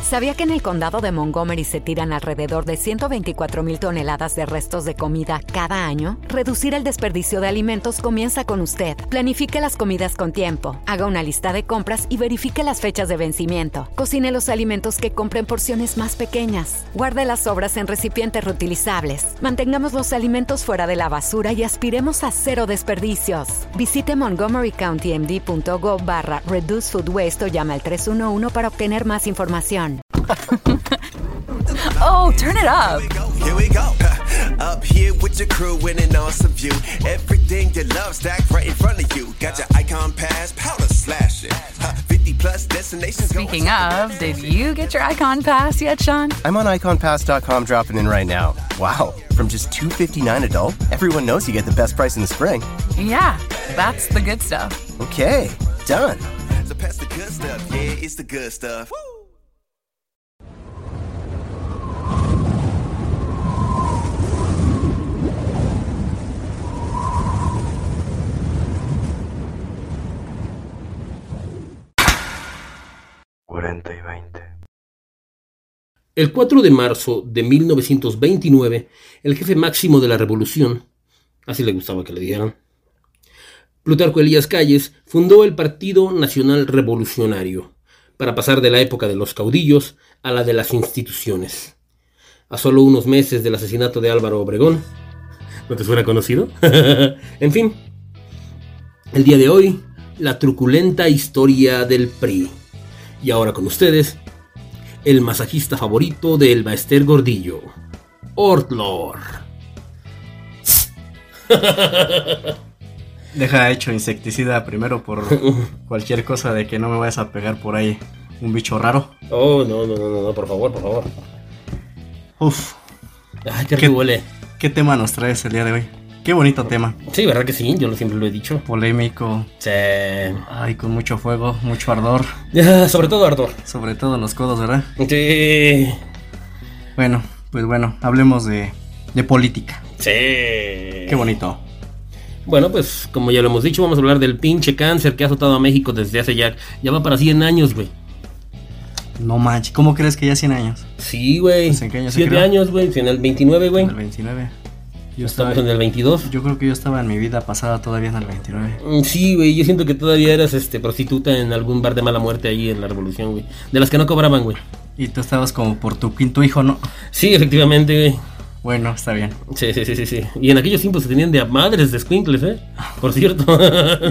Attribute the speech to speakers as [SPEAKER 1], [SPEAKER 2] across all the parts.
[SPEAKER 1] ¿Sabía que en el condado de Montgomery se tiran alrededor de 124 mil toneladas de restos de comida cada año? Reducir el desperdicio de alimentos comienza con usted. Planifique las comidas con tiempo, haga una lista de compras y verifique las fechas de vencimiento. Cocine los alimentos que compre en porciones más pequeñas. Guarde las sobras en recipientes reutilizables. Mantengamos los alimentos fuera de la basura y aspiremos a cero desperdicios. Visite montgomerycountymd.gov barra reduce food waste o llama al 311 para obtener más información.
[SPEAKER 2] Oh, turn it up.
[SPEAKER 3] Here we go. Up here with your crew in an awesome view. Everything you love stacked right in front of you. Got your icon pass, powder slash it. Huh, 50 plus destinations.
[SPEAKER 2] Speaking of, did you get your icon pass yet, Sean?
[SPEAKER 4] I'm on iconpass.com dropping in right now. Wow, from just $259 adult, everyone knows you get the best price in the spring.
[SPEAKER 2] Yeah, that's the good stuff.
[SPEAKER 4] Okay, done.
[SPEAKER 3] So pass the good stuff. Yeah, it's the good stuff. Woo!
[SPEAKER 5] El 4 de marzo de 1929, el jefe máximo de la revolución, así le gustaba que le dijeran, Plutarco Elías Calles fundó el Partido Nacional Revolucionario, para pasar de la época de los caudillos a la de las instituciones. A solo unos meses del asesinato de Álvaro Obregón, ¿no te suena conocido? en fin, el día de hoy, la truculenta historia del PRI. Y ahora con ustedes, el masajista favorito del Baester Gordillo, Ortlor.
[SPEAKER 6] Deja hecho insecticida primero por cualquier cosa de que no me vayas a pegar por ahí un bicho raro.
[SPEAKER 5] Oh, no, no, no, no, no, por favor, por favor.
[SPEAKER 6] Uf,
[SPEAKER 5] Ay, qué
[SPEAKER 6] ¿Qué?
[SPEAKER 5] rico huele.
[SPEAKER 6] ¿qué tema nos traes el día de hoy? Qué bonito tema.
[SPEAKER 5] Sí, ¿verdad que sí? Yo lo- siempre lo he dicho.
[SPEAKER 6] Polémico,
[SPEAKER 5] Sí.
[SPEAKER 6] ay, con mucho fuego, mucho ardor,
[SPEAKER 5] Ah, Sobre todo Ardor.
[SPEAKER 6] sobre todo en los codos, ¿verdad?
[SPEAKER 5] Sí.
[SPEAKER 6] Bueno, pues bueno, hablemos de, de política.
[SPEAKER 5] Sí.
[SPEAKER 6] Qué bonito.
[SPEAKER 5] Bueno, pues como ya lo hemos dicho, vamos a hablar del pinche cáncer que ha azotado a México desde hace ya. Ya va para 100 años, güey.
[SPEAKER 6] No manches, ¿cómo crees que ya 100 años?
[SPEAKER 5] Sí, güey.
[SPEAKER 6] Pues, ¿en qué año se
[SPEAKER 5] 7
[SPEAKER 6] creó?
[SPEAKER 5] años, güey. En el 29, güey.
[SPEAKER 6] En el 29. Yo estaba,
[SPEAKER 5] Estamos en el 22.
[SPEAKER 6] yo creo que yo estaba en mi vida pasada todavía en el 29.
[SPEAKER 5] Mm, Sí, güey, yo siento que todavía eras este prostituta en algún bar de mala muerte ahí en la revolución, güey. De las que no cobraban, güey.
[SPEAKER 6] Y tú estabas como por tu quinto hijo, ¿no?
[SPEAKER 5] Sí, efectivamente, güey.
[SPEAKER 6] Bueno, está bien.
[SPEAKER 5] Sí, sí, sí, sí, sí. Y en aquellos tiempos se tenían de a madres de squinkles, ¿eh? Por cierto.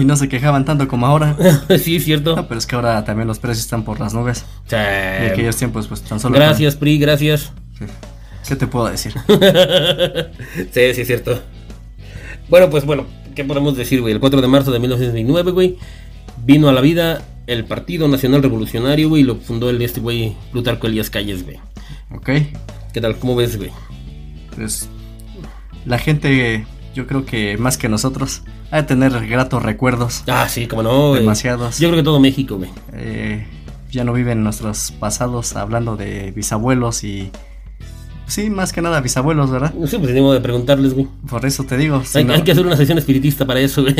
[SPEAKER 6] Y no se quejaban tanto como ahora.
[SPEAKER 5] sí, es cierto.
[SPEAKER 6] No, pero es que ahora también los precios están por las nubes.
[SPEAKER 5] Sí.
[SPEAKER 6] En aquellos tiempos, pues tan solo.
[SPEAKER 5] Eh, Gracias, Pri, gracias.
[SPEAKER 6] ¿Qué te puedo decir?
[SPEAKER 5] sí, sí, es cierto. Bueno, pues bueno, ¿qué podemos decir, güey? El 4 de marzo de 1929, güey, vino a la vida el Partido Nacional Revolucionario, güey, y lo fundó el este güey Plutarco Elías Calles, güey.
[SPEAKER 6] Ok.
[SPEAKER 5] ¿Qué tal? ¿Cómo ves, güey?
[SPEAKER 6] Pues. La gente, yo creo que más que nosotros, ha de tener gratos recuerdos.
[SPEAKER 5] Ah, sí, como no, güey.
[SPEAKER 6] Demasiados.
[SPEAKER 5] Yo creo que todo México, güey.
[SPEAKER 6] Eh, ya no viven nuestros pasados hablando de bisabuelos y. pues Sí, más que nada bisabuelos, ¿verdad?
[SPEAKER 5] No sé, pues tenemos de preguntarles, güey.
[SPEAKER 6] Por eso te digo, si
[SPEAKER 5] hay,
[SPEAKER 6] no,
[SPEAKER 5] hay que hacer una sesión espiritista para eso, güey.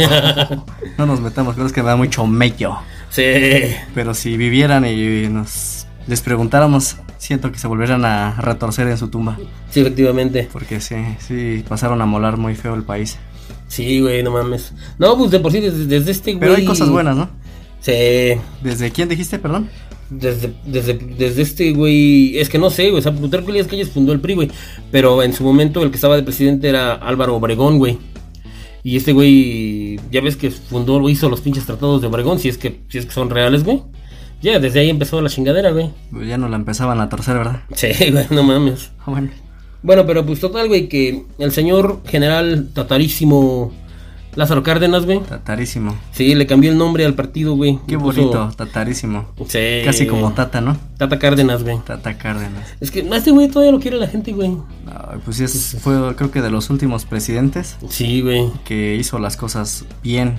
[SPEAKER 6] no nos metamos cosas que me da mucho mello.
[SPEAKER 5] sí.
[SPEAKER 6] Pero si vivieran y nos les preguntáramos, siento que se volverían a retorcer en su tumba.
[SPEAKER 5] Sí, efectivamente.
[SPEAKER 6] Porque sí, sí, pasaron a molar muy feo el país.
[SPEAKER 5] Sí, güey, no mames. No, pues de por sí, desde, desde este, güey.
[SPEAKER 6] Pero hay cosas buenas, ¿no?
[SPEAKER 5] Sí.
[SPEAKER 6] ¿Desde quién dijiste, perdón?
[SPEAKER 5] Desde, desde, desde este güey, es que no sé, güey, o sea, pues, Plutarco Elías Calles fundó el PRI, güey, pero en su momento el que estaba de presidente era Álvaro Obregón, güey. Y este güey, ya ves que fundó o hizo los pinches tratados de Obregón, si es que si es que son reales, güey. Ya, desde ahí empezó la chingadera, güey.
[SPEAKER 6] Pues ya no la empezaban a torcer, ¿verdad?
[SPEAKER 5] Sí, güey, no mames.
[SPEAKER 6] Ah, Bueno,
[SPEAKER 5] Bueno, pero pues total, güey, que el señor general tatarísimo Lázaro Cárdenas, güey,
[SPEAKER 6] tatarísimo.
[SPEAKER 5] sí, le cambió el nombre al partido, güey.
[SPEAKER 6] Qué
[SPEAKER 5] Le puso-
[SPEAKER 6] bonito, tatarísimo.
[SPEAKER 5] Sí.
[SPEAKER 6] Casi como Tata, ¿no?
[SPEAKER 5] Tata Cárdenas, güey.
[SPEAKER 6] Tata Cárdenas.
[SPEAKER 5] Es que no, este güey todavía lo quiere la gente, güey.
[SPEAKER 6] Ay, pues sí, es, fue creo que de los últimos presidentes
[SPEAKER 5] Sí, güey.
[SPEAKER 6] que hizo las cosas bien,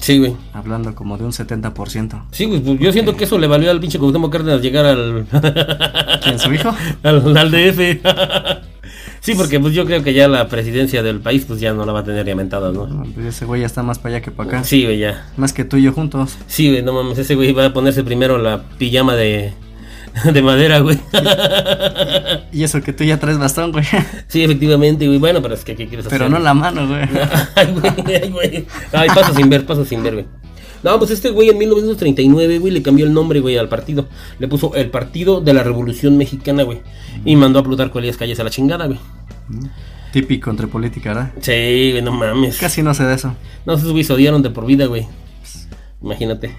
[SPEAKER 5] Sí, güey.
[SPEAKER 6] hablando como de un 70%.
[SPEAKER 5] Sí, güey, pues yo siento que eso le valió al pinche Cuauhtémoc Cárdenas llegar al,
[SPEAKER 6] ¿Quién, su hijo?
[SPEAKER 5] al, al DF. sí, porque pues yo creo que ya la presidencia del país pues ya no la va a tener lamentada, ¿no?
[SPEAKER 6] No, pues ese güey ya está más para allá que para acá.
[SPEAKER 5] Sí, güey, ya.
[SPEAKER 6] Más que tú y yo juntos.
[SPEAKER 5] Sí, güey, no mames, ese güey va a ponerse primero la pijama de, de madera, güey.
[SPEAKER 6] Y eso que tú ya traes bastón, güey.
[SPEAKER 5] Sí, efectivamente, güey. Bueno, pero es que ¿qué quieres hacer?
[SPEAKER 6] Pero no en la mano, güey.
[SPEAKER 5] Ay, güey, ay, güey. Ay, pasa sin ver, pasa sin ver, güey. No, pues este güey en 1939, güey, le cambió el nombre, güey, al partido. Le puso el Partido de la Revolución Mexicana, güey. Y mandó a Plutarco Elías Calles a la chingada, güey.
[SPEAKER 6] Típico entre política, ¿verdad?
[SPEAKER 5] Sí, güey, no mames.
[SPEAKER 6] Casi no sé de eso.
[SPEAKER 5] No, esos güey se odiaron de por vida, güey. Imagínate.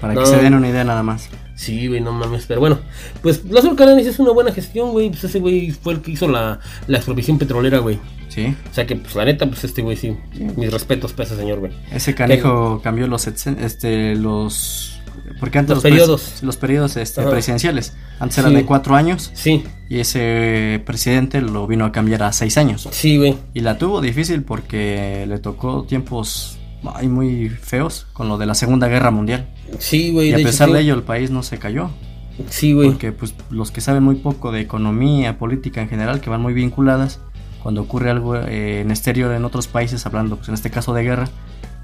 [SPEAKER 6] Para
[SPEAKER 5] No.
[SPEAKER 6] que se den una idea nada más.
[SPEAKER 5] Sí, güey, no mames, pero bueno. Pues Lázaro Cárdenas hizo una buena gestión, güey. Pues ese güey fue el que hizo la, la expropiación petrolera, güey.
[SPEAKER 6] Sí.
[SPEAKER 5] O sea que, pues la neta, pues este güey sí. Mis respetos para ese señor, güey.
[SPEAKER 6] Ese canijo cambió los etsen- este los porque antes
[SPEAKER 5] Los
[SPEAKER 6] pres-
[SPEAKER 5] periodos.
[SPEAKER 6] los periodos este,
[SPEAKER 5] Ajá.
[SPEAKER 6] presidenciales antes
[SPEAKER 5] Sí.
[SPEAKER 6] eran de cuatro años
[SPEAKER 5] Sí,
[SPEAKER 6] y ese presidente lo vino a cambiar a seis años
[SPEAKER 5] sí, güey.
[SPEAKER 6] y la tuvo difícil porque le tocó tiempos ay, muy feos con lo de la segunda guerra mundial
[SPEAKER 5] Sí, güey.
[SPEAKER 6] y a
[SPEAKER 5] de hecho,
[SPEAKER 6] pesar
[SPEAKER 5] sí.
[SPEAKER 6] de ello el país no se cayó
[SPEAKER 5] Sí, güey.
[SPEAKER 6] porque pues los que saben muy poco de economía política en general que van muy vinculadas cuando ocurre algo eh, en exterior en otros países hablando pues en este caso de guerra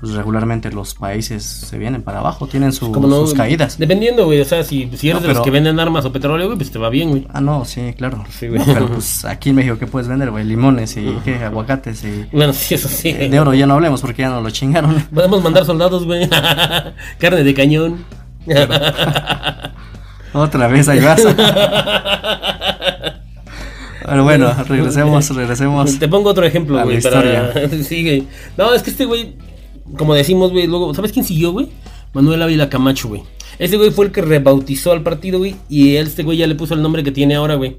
[SPEAKER 6] pues regularmente los países se vienen para abajo tienen su-
[SPEAKER 5] Como no,
[SPEAKER 6] sus caídas
[SPEAKER 5] Dependiendo, güey. O sea, si, si eres
[SPEAKER 6] No,
[SPEAKER 5] de los
[SPEAKER 6] pero-
[SPEAKER 5] que venden armas o petróleo, güey, pues te va bien, güey.
[SPEAKER 6] ah no sí claro
[SPEAKER 5] Sí, güey.
[SPEAKER 6] No, pero pues aquí en México qué puedes vender güey limones y ¿qué? aguacates y
[SPEAKER 5] Bueno, sí, eso sí.
[SPEAKER 6] de oro ya no hablemos porque ya nos lo chingaron
[SPEAKER 5] Podemos mandar soldados, güey. Carne de cañón.
[SPEAKER 6] otra vez ahí vas pero bueno regresemos regresemos
[SPEAKER 5] Te pongo otro ejemplo,
[SPEAKER 6] A la
[SPEAKER 5] güey. Para... Sí, güey. No, es que este güey, como decimos, güey, luego, ¿sabes quién siguió, güey? Manuel Ávila Camacho, güey. Este güey fue el que rebautizó al partido, güey, y este güey ya le puso el nombre que tiene ahora, güey.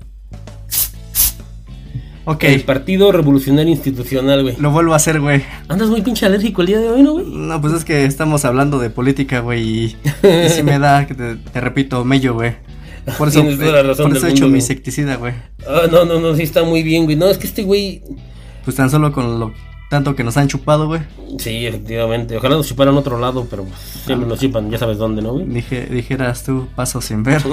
[SPEAKER 6] ok
[SPEAKER 5] El Partido Revolucionario Institucional, güey.
[SPEAKER 6] lo vuelvo a hacer güey
[SPEAKER 5] Andas muy pinche alérgico el día de hoy, ¿no, güey?
[SPEAKER 6] No, pues es que estamos hablando de política, güey, y, y sí me da, que te, te repito, mello, güey. Por eso,
[SPEAKER 5] Tienes toda la
[SPEAKER 6] eh,
[SPEAKER 5] razón
[SPEAKER 6] por
[SPEAKER 5] del
[SPEAKER 6] eso he hecho
[SPEAKER 5] mundo,
[SPEAKER 6] mi
[SPEAKER 5] güey.
[SPEAKER 6] insecticida, güey.
[SPEAKER 5] Ah, no, no, no, sí está muy bien, güey. No, es que este güey,
[SPEAKER 6] Pues tan solo con lo tanto que nos han chupado, güey.
[SPEAKER 5] sí, efectivamente. Ojalá nos chuparan a otro lado, pero pues, siempre
[SPEAKER 6] Ah.
[SPEAKER 5] nos chupan, ya sabes dónde, ¿no, güey?
[SPEAKER 6] Dije, dijeras tú, paso sin ver.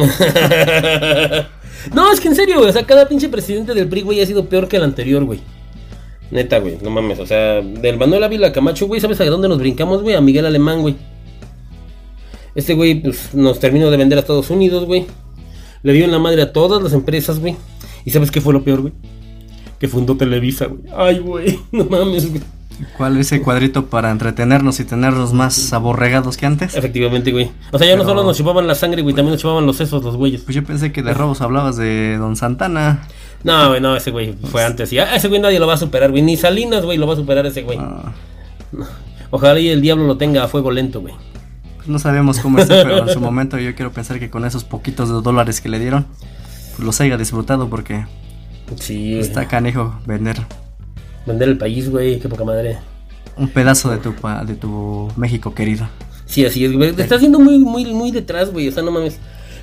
[SPEAKER 5] no, es que en serio, güey. O sea, cada pinche presidente del PRI, güey, ha sido peor que el anterior, güey. Neta, güey, no mames. O sea, del Manuel Ávila Camacho, güey, ¿sabes a dónde nos brincamos, güey? A Miguel Alemán, güey. Este güey, pues, nos terminó de vender a Estados Unidos, güey. Le dio en la madre a todas las empresas, güey. ¿Y sabes qué fue lo peor, güey? Que fundó Televisa, güey. Ay, güey, no mames, güey.
[SPEAKER 6] ¿Cuál es el cuadrito para entretenernos y tenerlos más aborregados que antes?
[SPEAKER 5] Efectivamente, güey. O sea, ya no
[SPEAKER 6] Pero-
[SPEAKER 5] solo nos chupaban la sangre, güey, también nos chupaban los sesos, los güeyes.
[SPEAKER 6] Pues yo pensé que de robos hablabas de Don Santana.
[SPEAKER 5] No, güey, no, ese güey fue antes. Y a ese güey nadie lo va a superar, güey. Ni Salinas, güey, lo va a superar ese güey.
[SPEAKER 6] Ah,
[SPEAKER 5] Ojalá y el diablo lo tenga a fuego lento, güey.
[SPEAKER 6] pues no sabemos cómo está, pero en su momento yo quiero pensar que con esos poquitos de dólares que le dieron, pues los haya disfrutado porque
[SPEAKER 5] Sí, güey.
[SPEAKER 6] está canijo vender
[SPEAKER 5] Vender el país, güey, qué poca madre.
[SPEAKER 6] un pedazo de tu pa- de tu México querido.
[SPEAKER 5] Sí, así es, güey. Te estás viendo muy, muy, muy detrás, güey. O sea, no mames.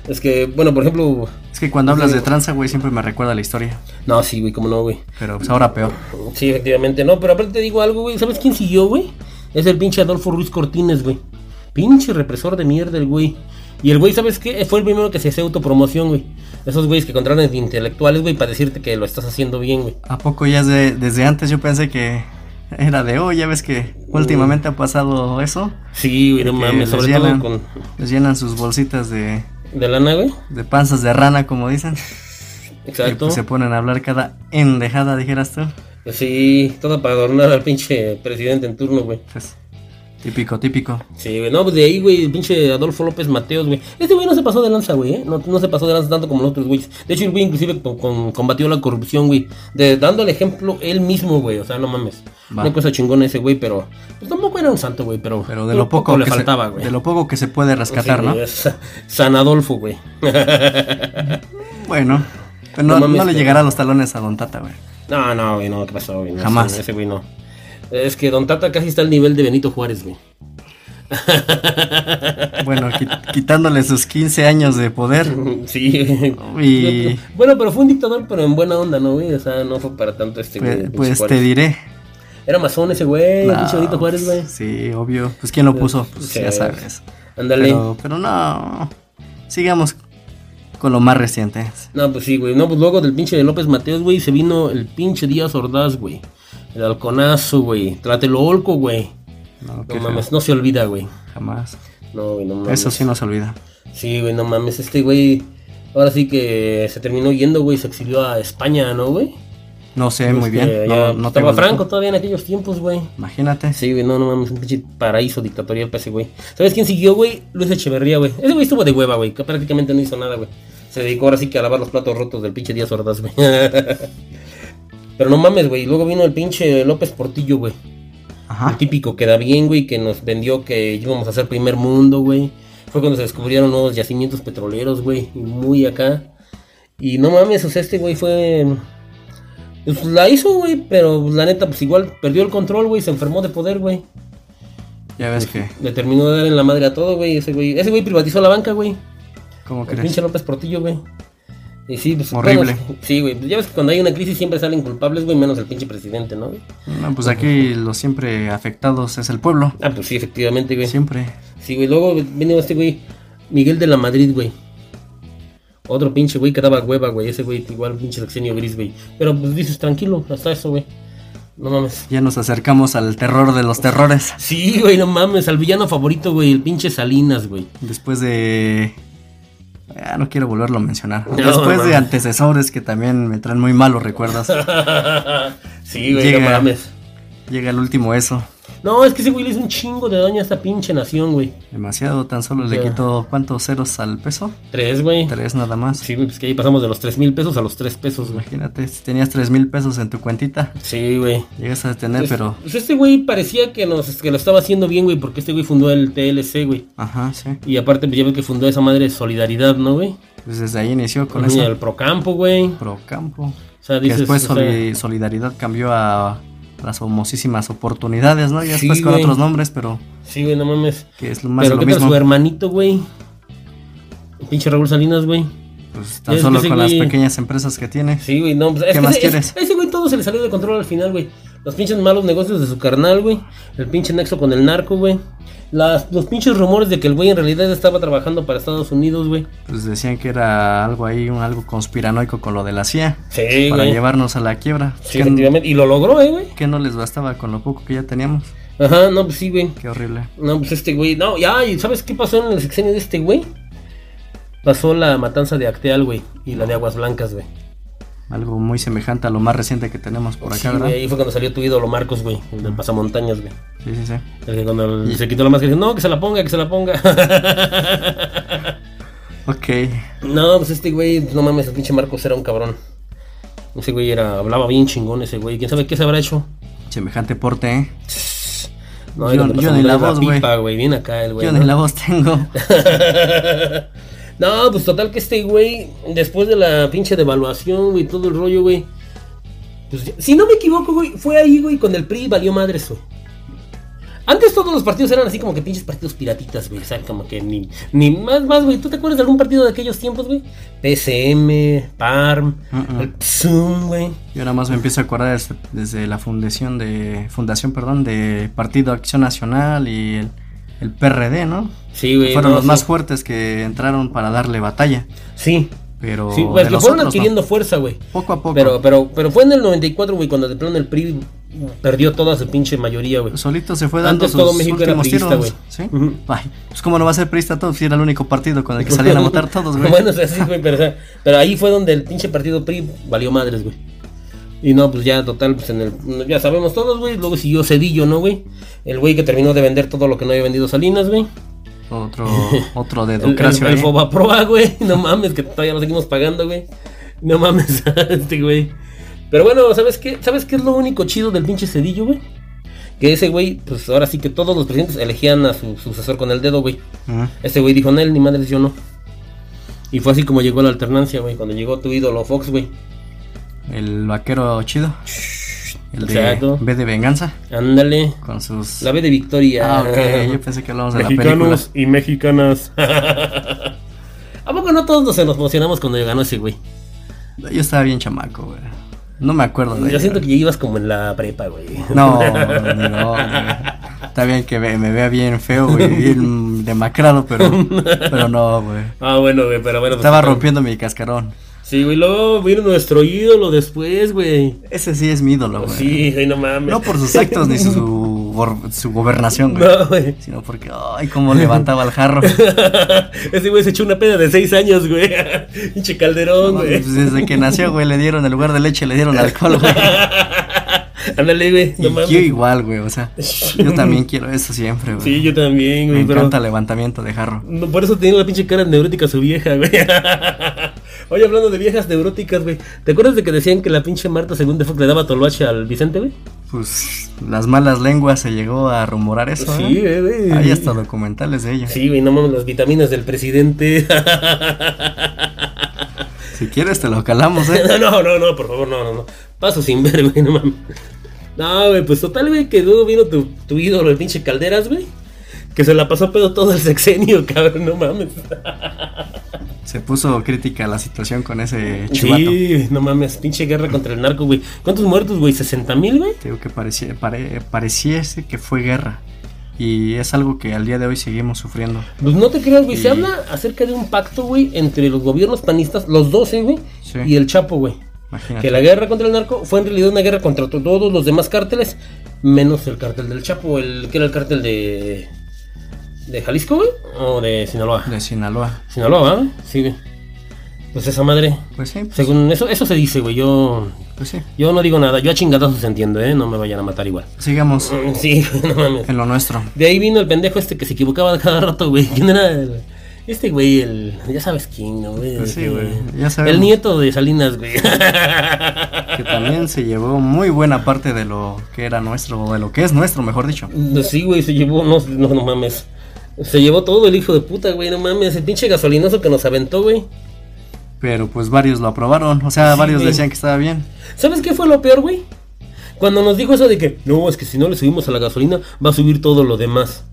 [SPEAKER 5] Es que, bueno, por ejemplo.
[SPEAKER 6] Es que cuando hablas de tranza, güey, siempre me recuerda la historia.
[SPEAKER 5] No, sí, güey, cómo no, güey.
[SPEAKER 6] Pero pues ahora peor.
[SPEAKER 5] Sí, efectivamente, no. Pero aparte te digo algo, güey. ¿Sabes quién siguió, güey? Es el pinche Adolfo Ruiz Cortines, güey. Pinche represor de mierda, el güey. Y el güey, ¿sabes qué? Fue el primero que se hacía autopromoción, güey. Esos güeyes que contratan intelectuales, güey, para decirte que lo estás haciendo bien, güey.
[SPEAKER 6] ¿A poco ya es de- desde antes yo pensé que era de hoy? Ya ves que últimamente ha pasado eso.
[SPEAKER 5] Sí, güey, no
[SPEAKER 6] que
[SPEAKER 5] mames,
[SPEAKER 6] les
[SPEAKER 5] Mm. sobre
[SPEAKER 6] llenan,
[SPEAKER 5] todo con.
[SPEAKER 6] les llenan sus bolsitas de,
[SPEAKER 5] De lana, güey.
[SPEAKER 6] de panzas de rana, como dicen. Y
[SPEAKER 5] Exacto.
[SPEAKER 6] pues, se ponen a hablar cada endejada, dijeras tú.
[SPEAKER 5] pues, Sí, todo para adornar al pinche presidente en turno, güey.
[SPEAKER 6] Pues, típico, típico.
[SPEAKER 5] Sí, güey. No, pues de ahí, güey, el pinche Adolfo López Mateos, güey. Este güey no se pasó de lanza, güey, ¿eh? No, no se pasó de lanza tanto como los otros güeyes. De hecho, el güey inclusive con- con- combatió la corrupción, güey. De, dando el ejemplo él mismo, güey. O sea, no mames.
[SPEAKER 6] Va.
[SPEAKER 5] Una cosa chingona ese güey, pero... Pues tampoco era un santo, güey, pero...
[SPEAKER 6] Pero de lo poco,
[SPEAKER 5] le
[SPEAKER 6] que se-
[SPEAKER 5] faltaba, güey.
[SPEAKER 6] de lo poco que se puede rescatar,
[SPEAKER 5] Sí,
[SPEAKER 6] ¿no?
[SPEAKER 5] güey, es San Adolfo, güey.
[SPEAKER 6] Bueno, pero no,
[SPEAKER 5] No mames,
[SPEAKER 6] no le
[SPEAKER 5] pero-
[SPEAKER 6] llegará a los talones a Don Tata, güey.
[SPEAKER 5] No, no, güey, no, ¿qué pasó, güey? No,
[SPEAKER 6] Jamás.
[SPEAKER 5] Ese, ese güey no. Es que Don Tata casi está al nivel de Benito Juárez, güey.
[SPEAKER 6] Bueno, qui- quitándole sus 15 años de poder.
[SPEAKER 5] Sí.
[SPEAKER 6] Y-
[SPEAKER 5] Bueno, pero fue un dictador, pero en buena onda, ¿no, güey? O sea, no fue para tanto este güey.
[SPEAKER 6] Pues,
[SPEAKER 5] pinche
[SPEAKER 6] pues te
[SPEAKER 5] Juárez.
[SPEAKER 6] diré.
[SPEAKER 5] Era masón ese güey, el Eh, pinche Benito Juárez, güey.
[SPEAKER 6] Sí, obvio. Pues quién lo puso, pues
[SPEAKER 5] Sí.
[SPEAKER 6] ya sabes.
[SPEAKER 5] Ándale.
[SPEAKER 6] Pero, pero no. Sigamos con lo más reciente.
[SPEAKER 5] No, pues sí, güey. No, pues luego del pinche de López Mateos, güey, se vino el pinche Díaz Ordaz, güey. El halconazo, güey. Tlatelolco, güey.
[SPEAKER 6] No,
[SPEAKER 5] No
[SPEAKER 6] que
[SPEAKER 5] mames, no se olvida, güey.
[SPEAKER 6] jamás.
[SPEAKER 5] No, güey, no mames.
[SPEAKER 6] Eso sí nos olvida.
[SPEAKER 5] Sí, güey, no mames. Este güey Ahora sí que se terminó yendo, güey, se exilió a España, ¿no, güey?
[SPEAKER 6] No sé, muy bien.
[SPEAKER 5] Este,
[SPEAKER 6] No,
[SPEAKER 5] ya
[SPEAKER 6] no
[SPEAKER 5] estaba
[SPEAKER 6] tengo-
[SPEAKER 5] Franco todavía en aquellos tiempos, güey.
[SPEAKER 6] Imagínate.
[SPEAKER 5] Sí, güey, no, no mames, un pinche paraíso dictatorial para ese güey. ¿Sabes quién siguió, güey? Luis Echeverría, güey. Ese güey estuvo de hueva, güey, que prácticamente no hizo nada, güey. Se dedicó ahora sí que a lavar los platos rotos del pinche Díaz Ordaz, güey. Pero no mames, güey. Luego vino el pinche López Portillo, güey.
[SPEAKER 6] Ajá.
[SPEAKER 5] El típico que da bien, güey, que nos vendió que íbamos a ser primer mundo, güey. Fue cuando se descubrieron nuevos yacimientos petroleros, güey, y muy acá. Y no mames, o sea, este güey fue... pues, la hizo, güey, pero la neta, pues igual perdió el control, güey, se enfermó de poder, güey.
[SPEAKER 6] Ya ves que.
[SPEAKER 5] Le terminó de dar en la madre a todo, güey, ese güey. Ese güey privatizó la banca, güey.
[SPEAKER 6] ¿Cómo
[SPEAKER 5] El
[SPEAKER 6] crees?
[SPEAKER 5] pinche López Portillo, güey. Y sí, pues...
[SPEAKER 6] Horrible.
[SPEAKER 5] bueno, sí, güey, pues, ya ves que cuando hay una crisis siempre salen culpables, güey, menos el pinche presidente, ¿no? güey?
[SPEAKER 6] No, pues aquí los siempre afectados es el pueblo.
[SPEAKER 5] Ah, pues sí, efectivamente, güey.
[SPEAKER 6] Siempre.
[SPEAKER 5] Sí, güey. Luego vino este güey, Miguel de la Madrid, güey. Otro pinche güey que daba hueva, güey. Ese güey, igual pinche sexenio gris, güey. Pero pues dices, tranquilo, hasta eso, güey. No mames.
[SPEAKER 6] Ya nos acercamos al terror de los terrores.
[SPEAKER 5] Sí, güey, no mames. Al villano favorito, güey. El pinche Salinas, güey.
[SPEAKER 6] Después de. Ah, no quiero volverlo a mencionar.
[SPEAKER 5] No,
[SPEAKER 6] Después
[SPEAKER 5] no,
[SPEAKER 6] de
[SPEAKER 5] no.
[SPEAKER 6] antecesores que también me traen muy malos recuerdos.
[SPEAKER 5] sí, güey, no
[SPEAKER 6] Llega.
[SPEAKER 5] mames.
[SPEAKER 6] Llega el último eso.
[SPEAKER 5] No, es que ese güey le hizo un chingo de daño a esta pinche nación, güey.
[SPEAKER 6] Demasiado, tan solo le
[SPEAKER 5] Ya.
[SPEAKER 6] quito cuántos ceros al peso.
[SPEAKER 5] Tres, güey.
[SPEAKER 6] Tres nada más.
[SPEAKER 5] Sí, güey, pues que ahí pasamos de los tres mil pesos a los tres pesos, güey.
[SPEAKER 6] Imagínate, si tenías tres mil pesos en tu cuentita,
[SPEAKER 5] Sí, güey.
[SPEAKER 6] llegas a tener,
[SPEAKER 5] Pues-
[SPEAKER 6] Eh, pero.
[SPEAKER 5] Pues este güey parecía que, nos, que lo estaba haciendo bien, güey, porque este güey fundó el TLC, güey.
[SPEAKER 6] Ajá, sí.
[SPEAKER 5] Y aparte, pues ya ves que fundó esa madre de Solidaridad, ¿no, güey?
[SPEAKER 6] Pues desde ahí inició con
[SPEAKER 5] Y
[SPEAKER 6] eso.
[SPEAKER 5] el Procampo, güey. O
[SPEAKER 6] Procampo.
[SPEAKER 5] sea,
[SPEAKER 6] Que
[SPEAKER 5] dices.
[SPEAKER 6] después
[SPEAKER 5] o sea,
[SPEAKER 6] Soli- Solidaridad cambió a las famosísimas oportunidades, ¿no? Ya
[SPEAKER 5] Sí,
[SPEAKER 6] después con
[SPEAKER 5] güey.
[SPEAKER 6] otros nombres, pero
[SPEAKER 5] sí, güey, no mames.
[SPEAKER 6] que es lo más
[SPEAKER 5] Pero
[SPEAKER 6] lo
[SPEAKER 5] ¿qué tal
[SPEAKER 6] mismo.
[SPEAKER 5] su hermanito, güey? El Pinche Raúl Salinas, güey.
[SPEAKER 6] Pues
[SPEAKER 5] Ya
[SPEAKER 6] tan
[SPEAKER 5] es
[SPEAKER 6] solo
[SPEAKER 5] que ese
[SPEAKER 6] con las
[SPEAKER 5] güey-
[SPEAKER 6] pequeñas empresas que tiene.
[SPEAKER 5] Sí, güey, no. Pues, es
[SPEAKER 6] ¿Qué
[SPEAKER 5] que
[SPEAKER 6] más
[SPEAKER 5] ese, ese-
[SPEAKER 6] quieres?
[SPEAKER 5] ese güey todo se le salió de control al final, güey. Los pinches malos negocios de su carnal, güey. El pinche nexo con el narco, güey. Las, los pinches rumores de que el güey en realidad estaba trabajando para Estados Unidos, güey.
[SPEAKER 6] Pues decían que era algo ahí, un algo conspiranoico con lo de la CIA.
[SPEAKER 5] Sí,
[SPEAKER 6] para
[SPEAKER 5] güey.
[SPEAKER 6] llevarnos a la quiebra.
[SPEAKER 5] Sí,
[SPEAKER 6] que,
[SPEAKER 5] efectivamente. Y lo logró, eh, güey.
[SPEAKER 6] que no les bastaba con lo poco que ya teníamos.
[SPEAKER 5] Ajá, no, pues sí, güey.
[SPEAKER 6] Qué horrible.
[SPEAKER 5] No, pues este güey, no, ya, ¿y sabes qué pasó en el sexenio de este güey? Pasó la matanza de Acteal, güey, y la de Aguas Blancas, güey.
[SPEAKER 6] Algo muy semejante a lo más reciente que tenemos por
[SPEAKER 5] Sí,
[SPEAKER 6] acá, ¿verdad?
[SPEAKER 5] güey, ahí fue cuando salió tu ídolo Marcos, güey, el del pasamontañas, güey.
[SPEAKER 6] Sí, sí, sí.
[SPEAKER 5] El que cuando el- se quitó la máscara, dijo, no, que se la ponga, que se la ponga.
[SPEAKER 6] Ok.
[SPEAKER 5] no, pues este güey, no mames, el pinche Marcos era un cabrón. Ese güey era, hablaba bien chingón ese güey, quién sabe qué se habrá hecho.
[SPEAKER 6] Semejante porte, ¿eh?
[SPEAKER 5] No, ahí
[SPEAKER 6] Yo-
[SPEAKER 5] cuando
[SPEAKER 6] yo ni la
[SPEAKER 5] pasamontañas,
[SPEAKER 6] voz, güey.
[SPEAKER 5] pipa, güey, bien acá el güey.
[SPEAKER 6] Yo
[SPEAKER 5] ¿no?
[SPEAKER 6] ni la voz tengo.
[SPEAKER 5] no, pues total que este güey, después de la pinche devaluación, güey, todo el rollo, güey. pues, ya- si no me equivoco, güey, fue ahí, güey, con el PRI y valió madre eso. Antes todos los partidos eran así como que pinches partidos piratitas, güey. O sea, como que ni, ni más, más, güey. ¿Tú te acuerdas de algún partido de aquellos tiempos, güey? PCM, PARM,
[SPEAKER 6] Mm-mm.
[SPEAKER 5] el PSUM, güey.
[SPEAKER 6] Yo nada más me empiezo a acordar desde, desde la fundación de fundación, perdón, de Partido Acción Nacional y el, el PRD, ¿no?
[SPEAKER 5] Sí, güey.
[SPEAKER 6] Fueron
[SPEAKER 5] no,
[SPEAKER 6] los
[SPEAKER 5] sí.
[SPEAKER 6] más fuertes que entraron para darle batalla,
[SPEAKER 5] Sí,
[SPEAKER 6] pero
[SPEAKER 5] sí,
[SPEAKER 6] de
[SPEAKER 5] pues le
[SPEAKER 6] los
[SPEAKER 5] fueron
[SPEAKER 6] otros, no.
[SPEAKER 5] adquiriendo fuerza, güey.
[SPEAKER 6] poco a poco.
[SPEAKER 5] Pero, pero, pero fue en el 94, güey, cuando de plano el PRI perdió toda su pinche mayoría, güey.
[SPEAKER 6] Solito se fue dando
[SPEAKER 5] Antes
[SPEAKER 6] sus
[SPEAKER 5] todo México era
[SPEAKER 6] últimos
[SPEAKER 5] priista,
[SPEAKER 6] tiros,
[SPEAKER 5] güey.
[SPEAKER 6] ¿sí?
[SPEAKER 5] Ujú.
[SPEAKER 6] Ay, pues cómo no va a ser priista todo si era el único partido con el que salían a votar todos, güey.
[SPEAKER 5] bueno, o sea, sí, güey, pero, o sea, pero ahí fue donde el pinche partido PRI valió madres, güey. Y no, pues ya, total, pues en el. Ya sabemos todos, güey. Luego siguió Cedillo, ¿no, güey? El güey que terminó de vender todo lo que no había vendido Salinas, güey.
[SPEAKER 6] Otro otro de
[SPEAKER 5] El, el,
[SPEAKER 6] democracia.
[SPEAKER 5] el Fobaproa, güey. No mames, que todavía lo seguimos pagando, güey. No mames, este güey. Pero bueno, ¿sabes qué? ¿Sabes qué es lo único chido del pinche Cedillo, güey? Que ese güey, pues ahora sí que todos los presidentes elegían a su sucesor con el dedo, güey. Ese güey dijo, Nel, ni madres, yo no. Y fue así como llegó la alternancia, güey. Cuando llegó tu ídolo Fox, güey.
[SPEAKER 6] El vaquero chido. El de
[SPEAKER 5] Exacto.
[SPEAKER 6] B de Venganza.
[SPEAKER 5] Ándale.
[SPEAKER 6] Con sus.
[SPEAKER 5] La B de Victoria.
[SPEAKER 6] Ah, ok. Yo pensé que hablábamos de la película.
[SPEAKER 5] Mexicanos y mexicanas. ¿A poco no todos nos emocionamos cuando ganó ese güey?
[SPEAKER 6] Yo estaba bien chamaco, güey. No me acuerdo de
[SPEAKER 5] Yo siento que ya ibas como en la prepa, güey.
[SPEAKER 6] No, no, no. Está bien que me, me vea bien feo, güey. Bien demacrado, pero, pero no, güey.
[SPEAKER 5] Ah, bueno, güey, pero bueno. pues,
[SPEAKER 6] Estaba
[SPEAKER 5] total.
[SPEAKER 6] rompiendo mi cascarón.
[SPEAKER 5] Sí, güey, luego vino nuestro ídolo después, güey. Pues
[SPEAKER 6] Ese sí es mi ídolo, güey.
[SPEAKER 5] Sí, güey, no mames.
[SPEAKER 6] No por sus actos ni su gor- su gobernación, güey.
[SPEAKER 5] No, güey.
[SPEAKER 6] Sino porque, ay, cómo levantaba el jarro.
[SPEAKER 5] Ese güey se echó una peda de seis años, güey. Pinche calderón,
[SPEAKER 6] No,
[SPEAKER 5] güey.
[SPEAKER 6] pues, desde que nació, güey, le dieron, en lugar de leche, le dieron alcohol, güey.
[SPEAKER 5] Ándale, güey. No
[SPEAKER 6] pues, y
[SPEAKER 5] mames.
[SPEAKER 6] yo igual, güey, o sea, yo también quiero eso siempre, güey.
[SPEAKER 5] Sí, yo también,
[SPEAKER 6] Me
[SPEAKER 5] güey. pero-
[SPEAKER 6] encanta el levantamiento de jarro.
[SPEAKER 5] No, por eso tiene la pinche cara neurótica su vieja, güey. Oye, hablando de viejas neuróticas, güey. ¿Te acuerdas de que decían que la pinche Marta según de Fox le daba toloache al Vicente, güey?
[SPEAKER 6] Pues las malas lenguas se llegó a rumorar eso,
[SPEAKER 5] Sí,
[SPEAKER 6] ¿eh?
[SPEAKER 5] güey, güey.
[SPEAKER 6] Hay hasta documentales de ello.
[SPEAKER 5] Sí, güey, no mames, las vitaminas del presidente.
[SPEAKER 6] Si quieres te lo calamos, ¿eh?
[SPEAKER 5] no, no, no, no, por favor, no, no, no. Paso sin ver, güey, no mames. No, güey, pues total, güey, que luego vino tu, tu ídolo, el pinche Calderas, güey. Que se la pasó pedo todo el sexenio, cabrón, no mames.
[SPEAKER 6] Se puso crítica la situación con ese chivato.
[SPEAKER 5] Sí, no mames, pinche guerra contra el narco, güey. ¿Cuántos muertos, güey? ¿60 mil, güey?
[SPEAKER 6] Te digo que pareci- pare- pareciese que fue guerra. Y es algo que al día de hoy seguimos sufriendo.
[SPEAKER 5] Pues no te creas, güey.
[SPEAKER 6] Sí.
[SPEAKER 5] Se habla acerca de un pacto, güey, entre los gobiernos panistas, los 12, güey,
[SPEAKER 6] Sí.
[SPEAKER 5] y el Chapo, güey.
[SPEAKER 6] Imagínate.
[SPEAKER 5] Que la guerra contra el narco fue en realidad una guerra contra to- todos los demás cárteles, menos el cártel del Chapo, el que era el cártel de. de Jalisco, güey, o de Sinaloa.
[SPEAKER 6] De Sinaloa.
[SPEAKER 5] Sinaloa, ¿verdad? Sí, güey. Pues esa madre.
[SPEAKER 6] Pues sí, pues,
[SPEAKER 5] Según eso, eso se dice, güey. Yo.
[SPEAKER 6] pues sí.
[SPEAKER 5] Yo no digo nada. Yo a chingadazos entiendo, ¿eh? No me vayan a matar igual.
[SPEAKER 6] Sigamos
[SPEAKER 5] Mm, Sí, no mames.
[SPEAKER 6] en lo nuestro.
[SPEAKER 5] De ahí vino el pendejo este que se equivocaba cada rato, güey. ¿Quién era? el- Este güey, el. Ya sabes quién, ¿no, güey?
[SPEAKER 6] Pues sí,
[SPEAKER 5] Que-
[SPEAKER 6] güey, ya sabemos.
[SPEAKER 5] El nieto de Salinas, güey.
[SPEAKER 6] Que también se llevó muy buena parte de lo que era nuestro, o de lo que es nuestro, mejor dicho.
[SPEAKER 5] Pues sí, güey, se llevó. No, no, no mames. Se llevó todo el hijo de puta, güey. No mames. El pinche gasolinazo que nos aventó, güey.
[SPEAKER 6] Pero pues varios lo aprobaron. O sea,
[SPEAKER 5] Sí,
[SPEAKER 6] varios
[SPEAKER 5] güey.
[SPEAKER 6] decían que estaba bien.
[SPEAKER 5] ¿Sabes qué fue lo peor, güey? Cuando nos dijo eso de que no, es que si no le subimos a la gasolina, va a subir todo lo demás.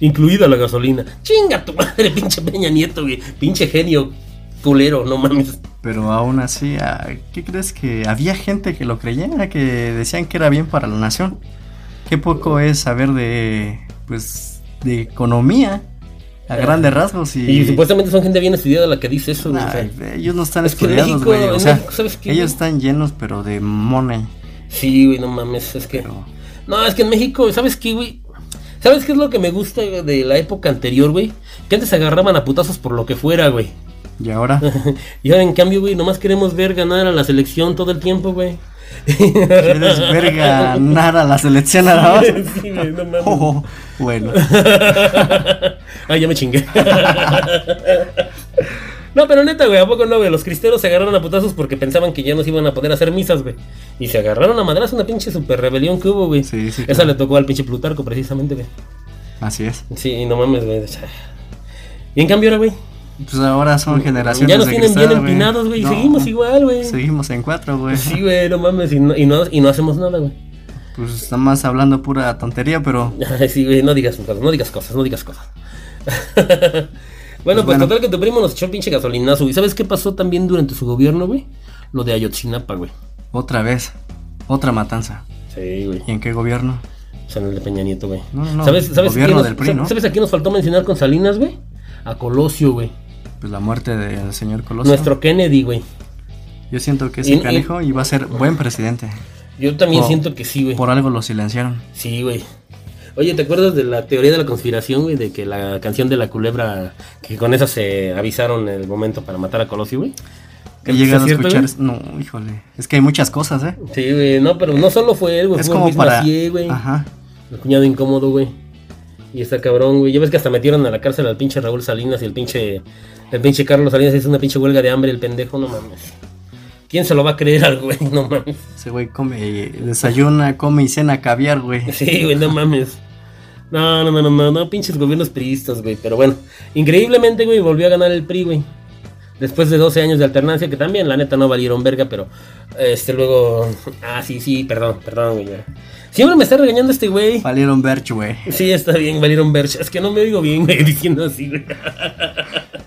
[SPEAKER 5] Incluida la gasolina. Chinga tu madre, pinche Peña Nieto, güey. Pinche genio culero, no mames.
[SPEAKER 6] Pero aún así, ah, ¿qué crees que había gente que lo creyera, que decían que era bien para la nación? Qué poco es saber de, pues, de economía a grandes rasgos y,
[SPEAKER 5] Eh, Y supuestamente son gente bien estudiada la que dice eso, güey. o sea.
[SPEAKER 6] Ay, ellos no están
[SPEAKER 5] Es que en
[SPEAKER 6] estudiados,
[SPEAKER 5] México-
[SPEAKER 6] güey. O
[SPEAKER 5] en
[SPEAKER 6] sea,
[SPEAKER 5] México, ¿sabes qué,
[SPEAKER 6] ellos
[SPEAKER 5] güey?
[SPEAKER 6] están llenos, pero de money.
[SPEAKER 5] Sí, güey, no mames, es que...
[SPEAKER 6] Pero-
[SPEAKER 5] No, es que en México, ¿sabes qué, güey? ¿Sabes qué es lo que me gusta de la época anterior, güey? Que antes se agarraban a putazos por lo que fuera, güey.
[SPEAKER 6] Y ahora,
[SPEAKER 5] Y ahora, en cambio, güey, nomás queremos ver ganar a la selección todo el tiempo, güey.
[SPEAKER 6] ¿quieres ver ganar a la selección ahora?
[SPEAKER 5] Sí, güey, no mames.
[SPEAKER 6] Oh, bueno,
[SPEAKER 5] Ah, ya me chingué. No, pero neta, güey, ¿a poco no, güey? Los cristeros se agarraron a putazos porque pensaban que ya nos iban a poder hacer misas, güey. Y se agarraron a madras una pinche super rebelión que hubo, güey.
[SPEAKER 6] Sí, sí,
[SPEAKER 5] Esa
[SPEAKER 6] claro.
[SPEAKER 5] le tocó al pinche Plutarco, precisamente, güey.
[SPEAKER 6] así es.
[SPEAKER 5] Sí, no mames, güey. o sea. Y en cambio ahora, güey,
[SPEAKER 6] Pues ahora son generaciones
[SPEAKER 5] ya nos
[SPEAKER 6] de
[SPEAKER 5] tienen bien
[SPEAKER 6] cristal, güey.
[SPEAKER 5] empinados, güey. y
[SPEAKER 6] No,
[SPEAKER 5] Seguimos igual, güey.
[SPEAKER 6] Seguimos en cuatro, güey.
[SPEAKER 5] Sí, güey, no mames, y no, y no, y no hacemos nada, güey.
[SPEAKER 6] Pues está más hablando pura tontería, pero
[SPEAKER 5] Ay, Sí, güey, no digas cosas, no digas cosas, no digas cosas. bueno, pues,
[SPEAKER 6] bueno.
[SPEAKER 5] total que tu primo nos echó el pinche gasolinazo, güey. ¿Sabes qué pasó también durante su gobierno, güey? Lo de Ayotzinapa, güey.
[SPEAKER 6] otra vez, otra matanza.
[SPEAKER 5] Sí, güey.
[SPEAKER 6] ¿Y en qué gobierno?
[SPEAKER 5] O sea, en el de Peña Nieto, güey.
[SPEAKER 6] No, no, no,
[SPEAKER 5] ¿Sabes, sabes,
[SPEAKER 6] gobierno
[SPEAKER 5] quién nos-
[SPEAKER 6] del PRI, ¿no?
[SPEAKER 5] ¿Sabes a quién nos faltó mencionar con Salinas, güey? A Colosio, güey.
[SPEAKER 6] Pues la muerte del señor Colosio.
[SPEAKER 5] Nuestro Kennedy, güey.
[SPEAKER 6] Yo siento que
[SPEAKER 5] Y-
[SPEAKER 6] ese
[SPEAKER 5] y-
[SPEAKER 6] canijo iba a ser buen presidente.
[SPEAKER 5] Yo también
[SPEAKER 6] Por-
[SPEAKER 5] siento que sí, güey.
[SPEAKER 6] Por algo lo silenciaron.
[SPEAKER 5] Sí, güey. Oye, ¿te acuerdas de la teoría de la conspiración, güey? De que la canción de la culebra, que con esa se avisaron el momento para matar a Colosio, güey.
[SPEAKER 6] He llegado a
[SPEAKER 5] ¿Es cierto,
[SPEAKER 6] escuchar...
[SPEAKER 5] güey?
[SPEAKER 6] No, híjole. Es que hay muchas cosas, ¿eh?
[SPEAKER 5] Sí, güey, no, pero Pues no solo fue él, güey,
[SPEAKER 6] es
[SPEAKER 5] fue
[SPEAKER 6] como
[SPEAKER 5] Luis
[SPEAKER 6] para...
[SPEAKER 5] Macié, güey.
[SPEAKER 6] Ajá.
[SPEAKER 5] El cuñado incómodo, güey. Y está cabrón, güey. Ya ves que hasta metieron a la cárcel al pinche Raúl Salinas y el pinche. El pinche Carlos Salinas hizo una pinche huelga de hambre, el pendejo, no mames. ¿Quién se lo va a creer al güey? No mames.
[SPEAKER 6] Ese güey come, eh, desayuna, come y cena caviar, güey.
[SPEAKER 5] Sí, güey, no mames. No, no, no, no, no, no, pinches gobiernos priistas, güey. Pero bueno, increíblemente, güey, volvió a ganar el PRI, güey. Después de 12 años de alternancia, que también, la neta, no valieron verga, pero este luego. Ah, sí, sí, perdón, perdón, güey. ya. Siempre me está regañando este güey.
[SPEAKER 6] Valieron Berch, güey.
[SPEAKER 5] Sí, está bien, valieron verga. Es que no me oigo bien, güey, diciendo así, güey.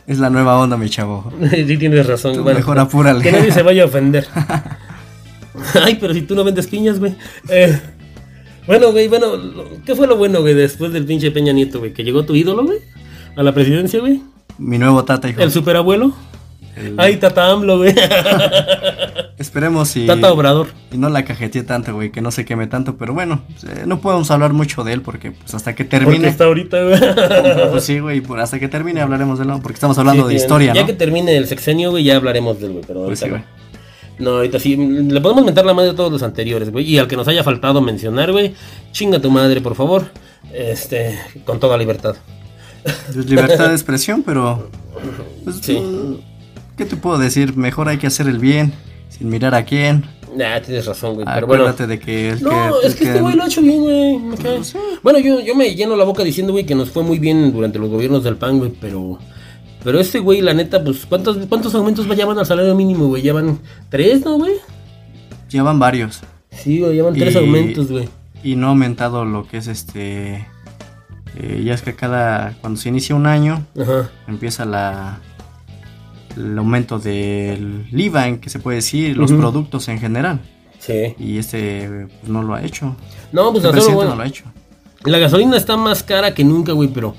[SPEAKER 6] Es la nueva onda, mi chavo.
[SPEAKER 5] Sí, tienes razón,
[SPEAKER 6] Tú
[SPEAKER 5] güey.
[SPEAKER 6] mejor apúrale.
[SPEAKER 5] Que nadie se vaya a ofender. Ay, pero si tú no vendes piñas, güey. Eh, bueno, güey, bueno, lo- ¿qué fue lo bueno, güey, después del pinche Peña Nieto, güey? Que llegó tu ídolo, güey, a la presidencia, güey.
[SPEAKER 6] Mi nuevo tata, hijo.
[SPEAKER 5] El superabuelo.
[SPEAKER 6] El-
[SPEAKER 5] Ay, Tata AMLO, güey.
[SPEAKER 6] Esperemos y,
[SPEAKER 5] Tata Obrador.
[SPEAKER 6] y no la cajetee tanto, güey, que no se queme tanto, pero bueno, pues, eh, no podemos hablar mucho de él porque pues hasta que
[SPEAKER 5] Porque
[SPEAKER 6] termine,
[SPEAKER 5] está ahorita, güey.
[SPEAKER 6] pues sí, güey, pues, hasta que termine hablaremos de él, ¿no? porque estamos hablando
[SPEAKER 5] Sí,
[SPEAKER 6] de
[SPEAKER 5] bien.
[SPEAKER 6] historia,
[SPEAKER 5] Ya
[SPEAKER 6] ¿no?
[SPEAKER 5] que termine el sexenio, güey, ya hablaremos del güey, pero
[SPEAKER 6] Pues
[SPEAKER 5] ahorita.
[SPEAKER 6] sí, güey.
[SPEAKER 5] no. no, ahorita sí. Le podemos mentar la madre a todos los anteriores, güey. Y al que nos haya faltado mencionar, güey, chinga tu madre, por favor. Este, con toda libertad.
[SPEAKER 6] Es libertad de expresión, pero pues,
[SPEAKER 5] Sí.
[SPEAKER 6] mm, ¿qué te puedo decir? Mejor hay que hacer el bien sin mirar a quién.
[SPEAKER 5] Nah, tienes razón, güey. Pero bueno.
[SPEAKER 6] Acuérdate de que el
[SPEAKER 5] No,
[SPEAKER 6] el
[SPEAKER 5] es que este güey lo ha hecho bien, güey. me cae. Bueno, yo, yo me lleno la boca diciendo, güey, que nos fue muy bien durante los gobiernos del PAN, güey, pero. Pero este güey, la neta, pues, ¿cuántos, cuántos aumentos va- ya van al salario mínimo, güey? Ya van tres, ¿no, güey?
[SPEAKER 6] llevan varios
[SPEAKER 5] Sí, güey, ya van tres
[SPEAKER 6] Y-
[SPEAKER 5] aumentos, güey.
[SPEAKER 6] y no ha aumentado lo que es este eh, ya es que cada cuando se inicia un año
[SPEAKER 5] Ajá.
[SPEAKER 6] empieza la el aumento del IVA en que se puede decir los productos en general
[SPEAKER 5] Sí.
[SPEAKER 6] y este pues, no lo ha hecho.
[SPEAKER 5] No, pues,
[SPEAKER 6] El
[SPEAKER 5] hasta ahora,
[SPEAKER 6] presidente
[SPEAKER 5] bueno,
[SPEAKER 6] no lo ha hecho.
[SPEAKER 5] la gasolina está más cara que nunca, güey, pero.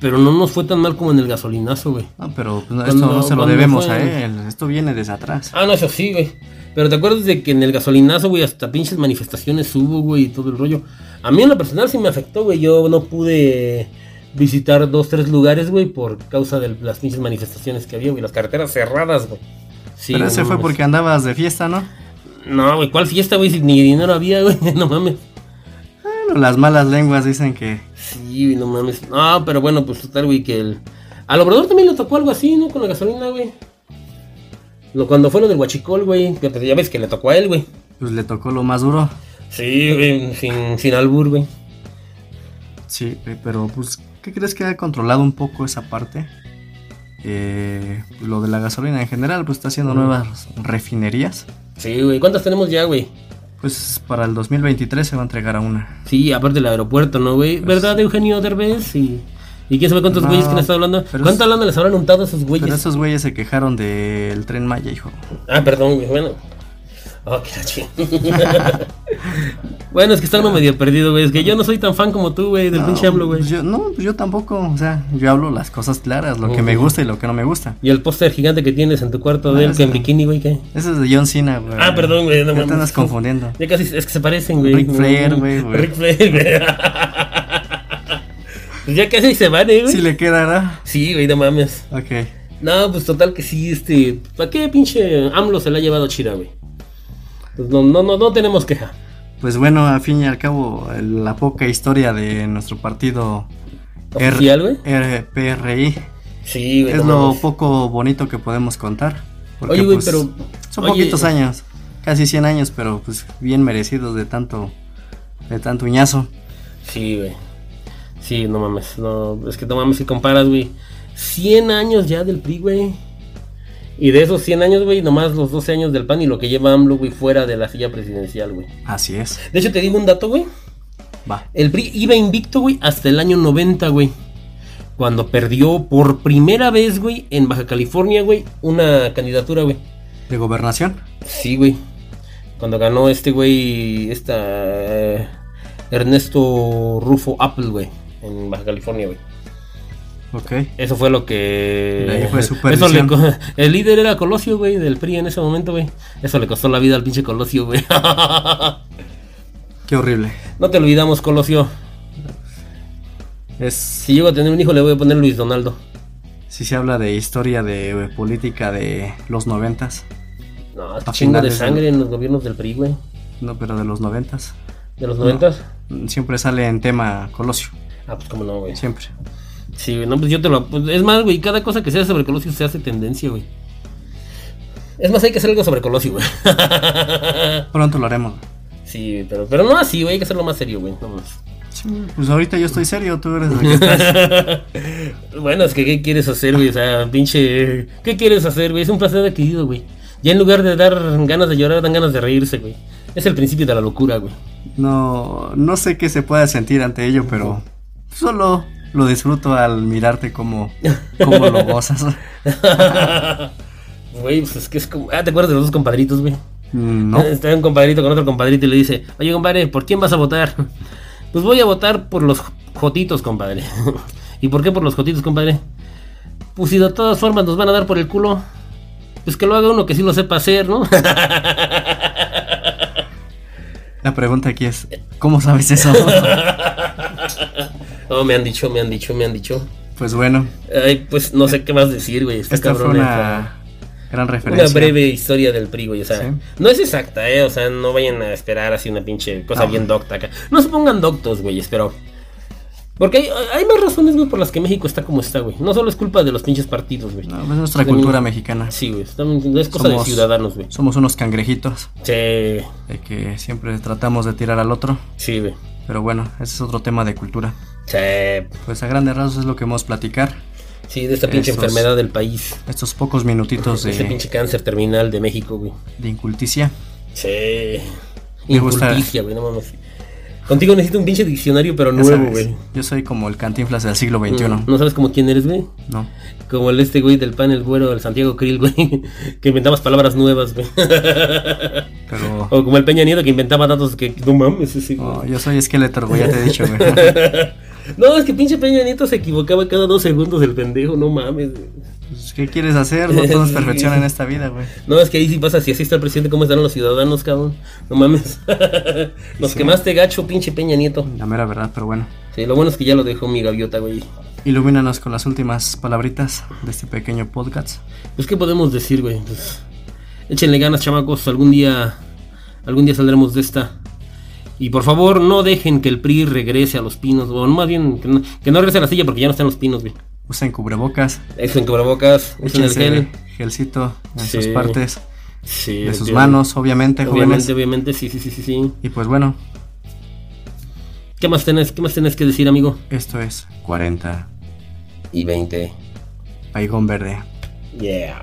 [SPEAKER 5] Pero no nos fue tan mal como en el gasolinazo, güey.
[SPEAKER 6] No, pero pues, no,
[SPEAKER 5] Cuando-
[SPEAKER 6] esto no se lo
[SPEAKER 5] cuando
[SPEAKER 6] debemos
[SPEAKER 5] fue-
[SPEAKER 6] a él, esto viene desde atrás.
[SPEAKER 5] Ah, no, eso sí, güey. Pero te acuerdas de que en el gasolinazo, güey, hasta pinches manifestaciones hubo, güey, y todo el rollo. A mí en lo personal sí me afectó, güey. Yo no pude visitar dos, tres lugares, güey, por causa de las pinches manifestaciones que había, güey. Las carreteras cerradas, güey. Sí,
[SPEAKER 6] pero
[SPEAKER 5] güey,
[SPEAKER 6] ese
[SPEAKER 5] no
[SPEAKER 6] fue
[SPEAKER 5] mames.
[SPEAKER 6] porque andabas de fiesta, ¿no?
[SPEAKER 5] No, güey, ¿cuál fiesta, güey? Si ni dinero había, güey, no mames.
[SPEAKER 6] Bueno, las malas lenguas dicen que
[SPEAKER 5] Sí, güey, no mames. No, pero bueno, pues total, güey, que el... Al Obrador también le tocó algo así, ¿no? Con la gasolina, güey. Lo, cuando fue lo del huachicol, güey. que, pues, Ya ves que le tocó a él, güey.
[SPEAKER 6] pues le tocó lo más duro.
[SPEAKER 5] Sí, güey, sin, sin albur, güey.
[SPEAKER 6] Sí, eh, pero pues, ¿qué crees que ha controlado un poco esa parte? Eh, lo de la gasolina en general, pues está haciendo nuevas refinerías.
[SPEAKER 5] Sí, güey. ¿Cuántas tenemos ya, güey?
[SPEAKER 6] Pues para el 2023 se va a entregar a una.
[SPEAKER 5] Sí, aparte del aeropuerto, ¿no, güey? ¿Verdad, Eugenio Derbez? Y, y quién sabe cuántos
[SPEAKER 6] Pues No,
[SPEAKER 5] güeyes que han estado hablando.
[SPEAKER 6] pero es-
[SPEAKER 5] ¿Cuánto hablando les habrán untado a esos güeyes?
[SPEAKER 6] Pero esos güeyes se quejaron del tren Maya, hijo.
[SPEAKER 5] Ah, perdón, güey. Bueno. Oh, qué la chingada. bueno, es que está uno medio perdido, güey. Es que yo no soy tan fan como tú, güey, del
[SPEAKER 6] No,
[SPEAKER 5] pinche hablo, güey.
[SPEAKER 6] pues, yo- no, pues yo tampoco. O sea, yo hablo las cosas claras, lo que me
[SPEAKER 5] Ujú.
[SPEAKER 6] gusta y lo que no me gusta.
[SPEAKER 5] Y el póster gigante que tienes en tu cuarto de
[SPEAKER 6] Ah,
[SPEAKER 5] él que en
[SPEAKER 6] sí.
[SPEAKER 5] bikini, güey, ¿qué?
[SPEAKER 6] Eso es de John Cena, güey.
[SPEAKER 5] Ah, perdón, güey,
[SPEAKER 6] Ya
[SPEAKER 5] no
[SPEAKER 6] te
[SPEAKER 5] mames.
[SPEAKER 6] andas confundiendo.
[SPEAKER 5] Ya casi es que se parecen, güey.
[SPEAKER 6] Ric Flair, güey, güey.
[SPEAKER 5] Ric Flair, güey. Pues ya casi se van, eh, güey.
[SPEAKER 6] Si le quedará.
[SPEAKER 5] Sí, güey, no mames.
[SPEAKER 6] Ok.
[SPEAKER 5] No, pues total que sí, este. ¿Para qué pinche AMLO se la ha llevado chida, güey? Pues no, no, no, no tenemos queja.
[SPEAKER 6] Pues bueno, al fin y al cabo, el- la poca historia de nuestro partido R-
[SPEAKER 5] ¿Oficial, güey?
[SPEAKER 6] R- PRI
[SPEAKER 5] Sí, güey.
[SPEAKER 6] es
[SPEAKER 5] no
[SPEAKER 6] lo
[SPEAKER 5] mames.
[SPEAKER 6] poco bonito que podemos contar. porque,
[SPEAKER 5] Oye, güey,
[SPEAKER 6] pues,
[SPEAKER 5] pero-
[SPEAKER 6] Son
[SPEAKER 5] oye-
[SPEAKER 6] poquitos años, casi 100 años, pero pues bien merecidos de tanto, de tanto uñazo.
[SPEAKER 5] Sí, güey. Sí, no mames. No, es que no mames si comparas, güey. 100 años ya del PRI, güey. Y de esos 100 años, güey, nomás los 12 años del PAN y lo que lleva AMLO, güey, fuera de la silla presidencial, güey.
[SPEAKER 6] Así es,
[SPEAKER 5] De hecho, te digo un dato, güey.
[SPEAKER 6] va.
[SPEAKER 5] El PRI iba invicto, güey, hasta el año 90, güey. Cuando perdió por primera vez, güey, en Baja California, güey, una candidatura, güey.
[SPEAKER 6] ¿De gobernación?
[SPEAKER 5] Sí, güey. Cuando ganó este güey, esta... eh, Ernesto Rufo Apple, güey, en Baja California, güey.
[SPEAKER 6] Ok.
[SPEAKER 5] Eso fue lo que...
[SPEAKER 6] De ahí fue su
[SPEAKER 5] Eso le
[SPEAKER 6] perdición.
[SPEAKER 5] co- El líder era Colosio, güey, del PRI en ese momento, güey. Eso le costó la vida al pinche Colosio, güey.
[SPEAKER 6] Qué horrible.
[SPEAKER 5] no te olvidamos, Colosio.
[SPEAKER 6] Es,
[SPEAKER 5] Si llego a tener un hijo, le voy a poner Luis Donaldo.
[SPEAKER 6] si se habla de historia, de eh, política de los noventas,
[SPEAKER 5] No, es
[SPEAKER 6] A
[SPEAKER 5] chingo de
[SPEAKER 6] finales,
[SPEAKER 5] sangre
[SPEAKER 6] ¿no?
[SPEAKER 5] en los gobiernos del PRI, güey.
[SPEAKER 6] no, pero de los noventas,
[SPEAKER 5] De los noventas.
[SPEAKER 6] mm, siempre sale en tema Colosio,
[SPEAKER 5] Ah, pues cómo no, güey.
[SPEAKER 6] siempre.
[SPEAKER 5] Sí, güey, no, pues yo te lo... pues, es más, güey, cada cosa que sea sobre Colosio se hace tendencia, güey. Es más, hay que hacer algo sobre Colosio, güey. Ah.
[SPEAKER 6] Pronto lo haremos.
[SPEAKER 5] sí, güey, pero, pero no así, güey, hay que hacerlo más serio, güey. no mames.
[SPEAKER 6] Sí, pues ahorita yo estoy serio, tú eres el que está-
[SPEAKER 5] bueno, es que ¿qué quieres hacer, güey? O sea, pinche... ¿Qué quieres hacer, güey? Es un placer adquirido, güey. Ya en lugar de dar ganas de llorar, dan ganas de reírse, güey. Es el principio de la locura, güey.
[SPEAKER 6] No, no sé qué se pueda sentir ante ello, pero solo lo disfruto al mirarte como, como lo gozas.
[SPEAKER 5] Güey, pues es que es como... Ah, ¿te acuerdas de los dos compadritos, güey?
[SPEAKER 6] Mm, No,
[SPEAKER 5] Está un compadrito con otro compadrito y le dice, oye compadre, ¿por quién vas a votar? Pues voy a votar por los jotitos, compadre. ¿Y por qué por los jotitos, compadre? Pues si de todas formas nos van a dar por el culo. Pues que lo haga uno que sí lo sepa hacer, ¿no?
[SPEAKER 6] La pregunta aquí es, ¿cómo sabes eso?
[SPEAKER 5] No, Oh, me han dicho, me han dicho, me han dicho.
[SPEAKER 6] pues bueno,
[SPEAKER 5] Ay, pues no sé qué más decir, güey. Está
[SPEAKER 6] esta fue
[SPEAKER 5] cabrón.
[SPEAKER 6] una gran
[SPEAKER 5] esta-
[SPEAKER 6] referencia.
[SPEAKER 5] Una breve historia del PRI, güey. O sea,
[SPEAKER 6] Sí.
[SPEAKER 5] no es exacta, ¿eh? O sea, no vayan a esperar así una pinche cosa
[SPEAKER 6] Ah.
[SPEAKER 5] bien docta acá. No se pongan doctos, güeyes, pero. Porque hay, hay más razones, güey, por las que México está como está, güey. No solo es culpa de los pinches partidos, güey.
[SPEAKER 6] No, es nuestra
[SPEAKER 5] De
[SPEAKER 6] cultura
[SPEAKER 5] mí.
[SPEAKER 6] mexicana.
[SPEAKER 5] Sí, güey. está- Es cosa
[SPEAKER 6] Somos-
[SPEAKER 5] de ciudadanos, güey.
[SPEAKER 6] Somos unos cangrejitos
[SPEAKER 5] Sí,
[SPEAKER 6] de que siempre tratamos de tirar al otro.
[SPEAKER 5] sí, güey.
[SPEAKER 6] Pero bueno, ese es otro tema de cultura.
[SPEAKER 5] Sí.
[SPEAKER 6] Pues a grandes rasgos es lo que vamos a platicar.
[SPEAKER 5] Sí, de esta pinche
[SPEAKER 6] Esos-
[SPEAKER 5] enfermedad del país.
[SPEAKER 6] Estos pocos minutitos
[SPEAKER 5] Este
[SPEAKER 6] de,
[SPEAKER 5] pinche cáncer terminal de México, güey.
[SPEAKER 6] de inculticia.
[SPEAKER 5] Sí.
[SPEAKER 6] Me gusta.
[SPEAKER 5] Injusticia, güey, no mames. Contigo necesito un pinche diccionario, pero
[SPEAKER 6] Ya
[SPEAKER 5] nuevo,
[SPEAKER 6] sabes,
[SPEAKER 5] güey. Mm.
[SPEAKER 6] Yo soy como el cantinflas del siglo XXI.
[SPEAKER 5] No, no sabes como quién eres, güey.
[SPEAKER 6] No.
[SPEAKER 5] Como el este güey del pan, el güero, el Santiago Krill, güey. Que inventaba palabras nuevas, güey.
[SPEAKER 6] Pero
[SPEAKER 5] O como el Peña Nieto que inventaba datos que no mames, ese güey.
[SPEAKER 6] no, yo soy Skeletor, güey, ya te he dicho, güey. Pues,
[SPEAKER 5] No, es que pinche Peña Nieto se equivocaba cada dos segundos el pendejo, no mames. güey.
[SPEAKER 6] Pues, ¿Qué quieres hacer? No todo es perfección en esta vida, güey.
[SPEAKER 5] No, es que ahí sí pasa, si así está el presidente, ¿cómo estarán los ciudadanos, cabrón? No mames. Nos
[SPEAKER 6] Sí.
[SPEAKER 5] quemaste gacho, pinche Peña Nieto.
[SPEAKER 6] La mera verdad, pero bueno.
[SPEAKER 5] Sí, lo bueno es que ya lo dejó mi gaviota, güey.
[SPEAKER 6] Ilumínanos con las últimas palabritas de este pequeño podcast.
[SPEAKER 5] Pues qué podemos decir, güey. Pues, échenle ganas, chamacos. Algún día, algún día saldremos de esta. Y por favor, no dejen que el PRI regrese a los pinos. O más bien, que no, que no regrese a la silla porque ya no están los pinos, güey.
[SPEAKER 6] Usen cubrebocas,
[SPEAKER 5] Eso en cubrebocas, usen el
[SPEAKER 6] échense
[SPEAKER 5] gel.
[SPEAKER 6] gelcito en
[SPEAKER 5] Sí.
[SPEAKER 6] sus partes,
[SPEAKER 5] Sí,
[SPEAKER 6] de sus
[SPEAKER 5] obviamente.
[SPEAKER 6] manos, obviamente, jóvenes.
[SPEAKER 5] Obviamente, obviamente, sí, sí, sí, sí, sí.
[SPEAKER 6] Y pues bueno,
[SPEAKER 5] ¿Qué más tenés, qué más tenés que decir, amigo?
[SPEAKER 6] esto es 40,
[SPEAKER 5] Y 20.
[SPEAKER 6] Paigón Verde.
[SPEAKER 5] Yeah.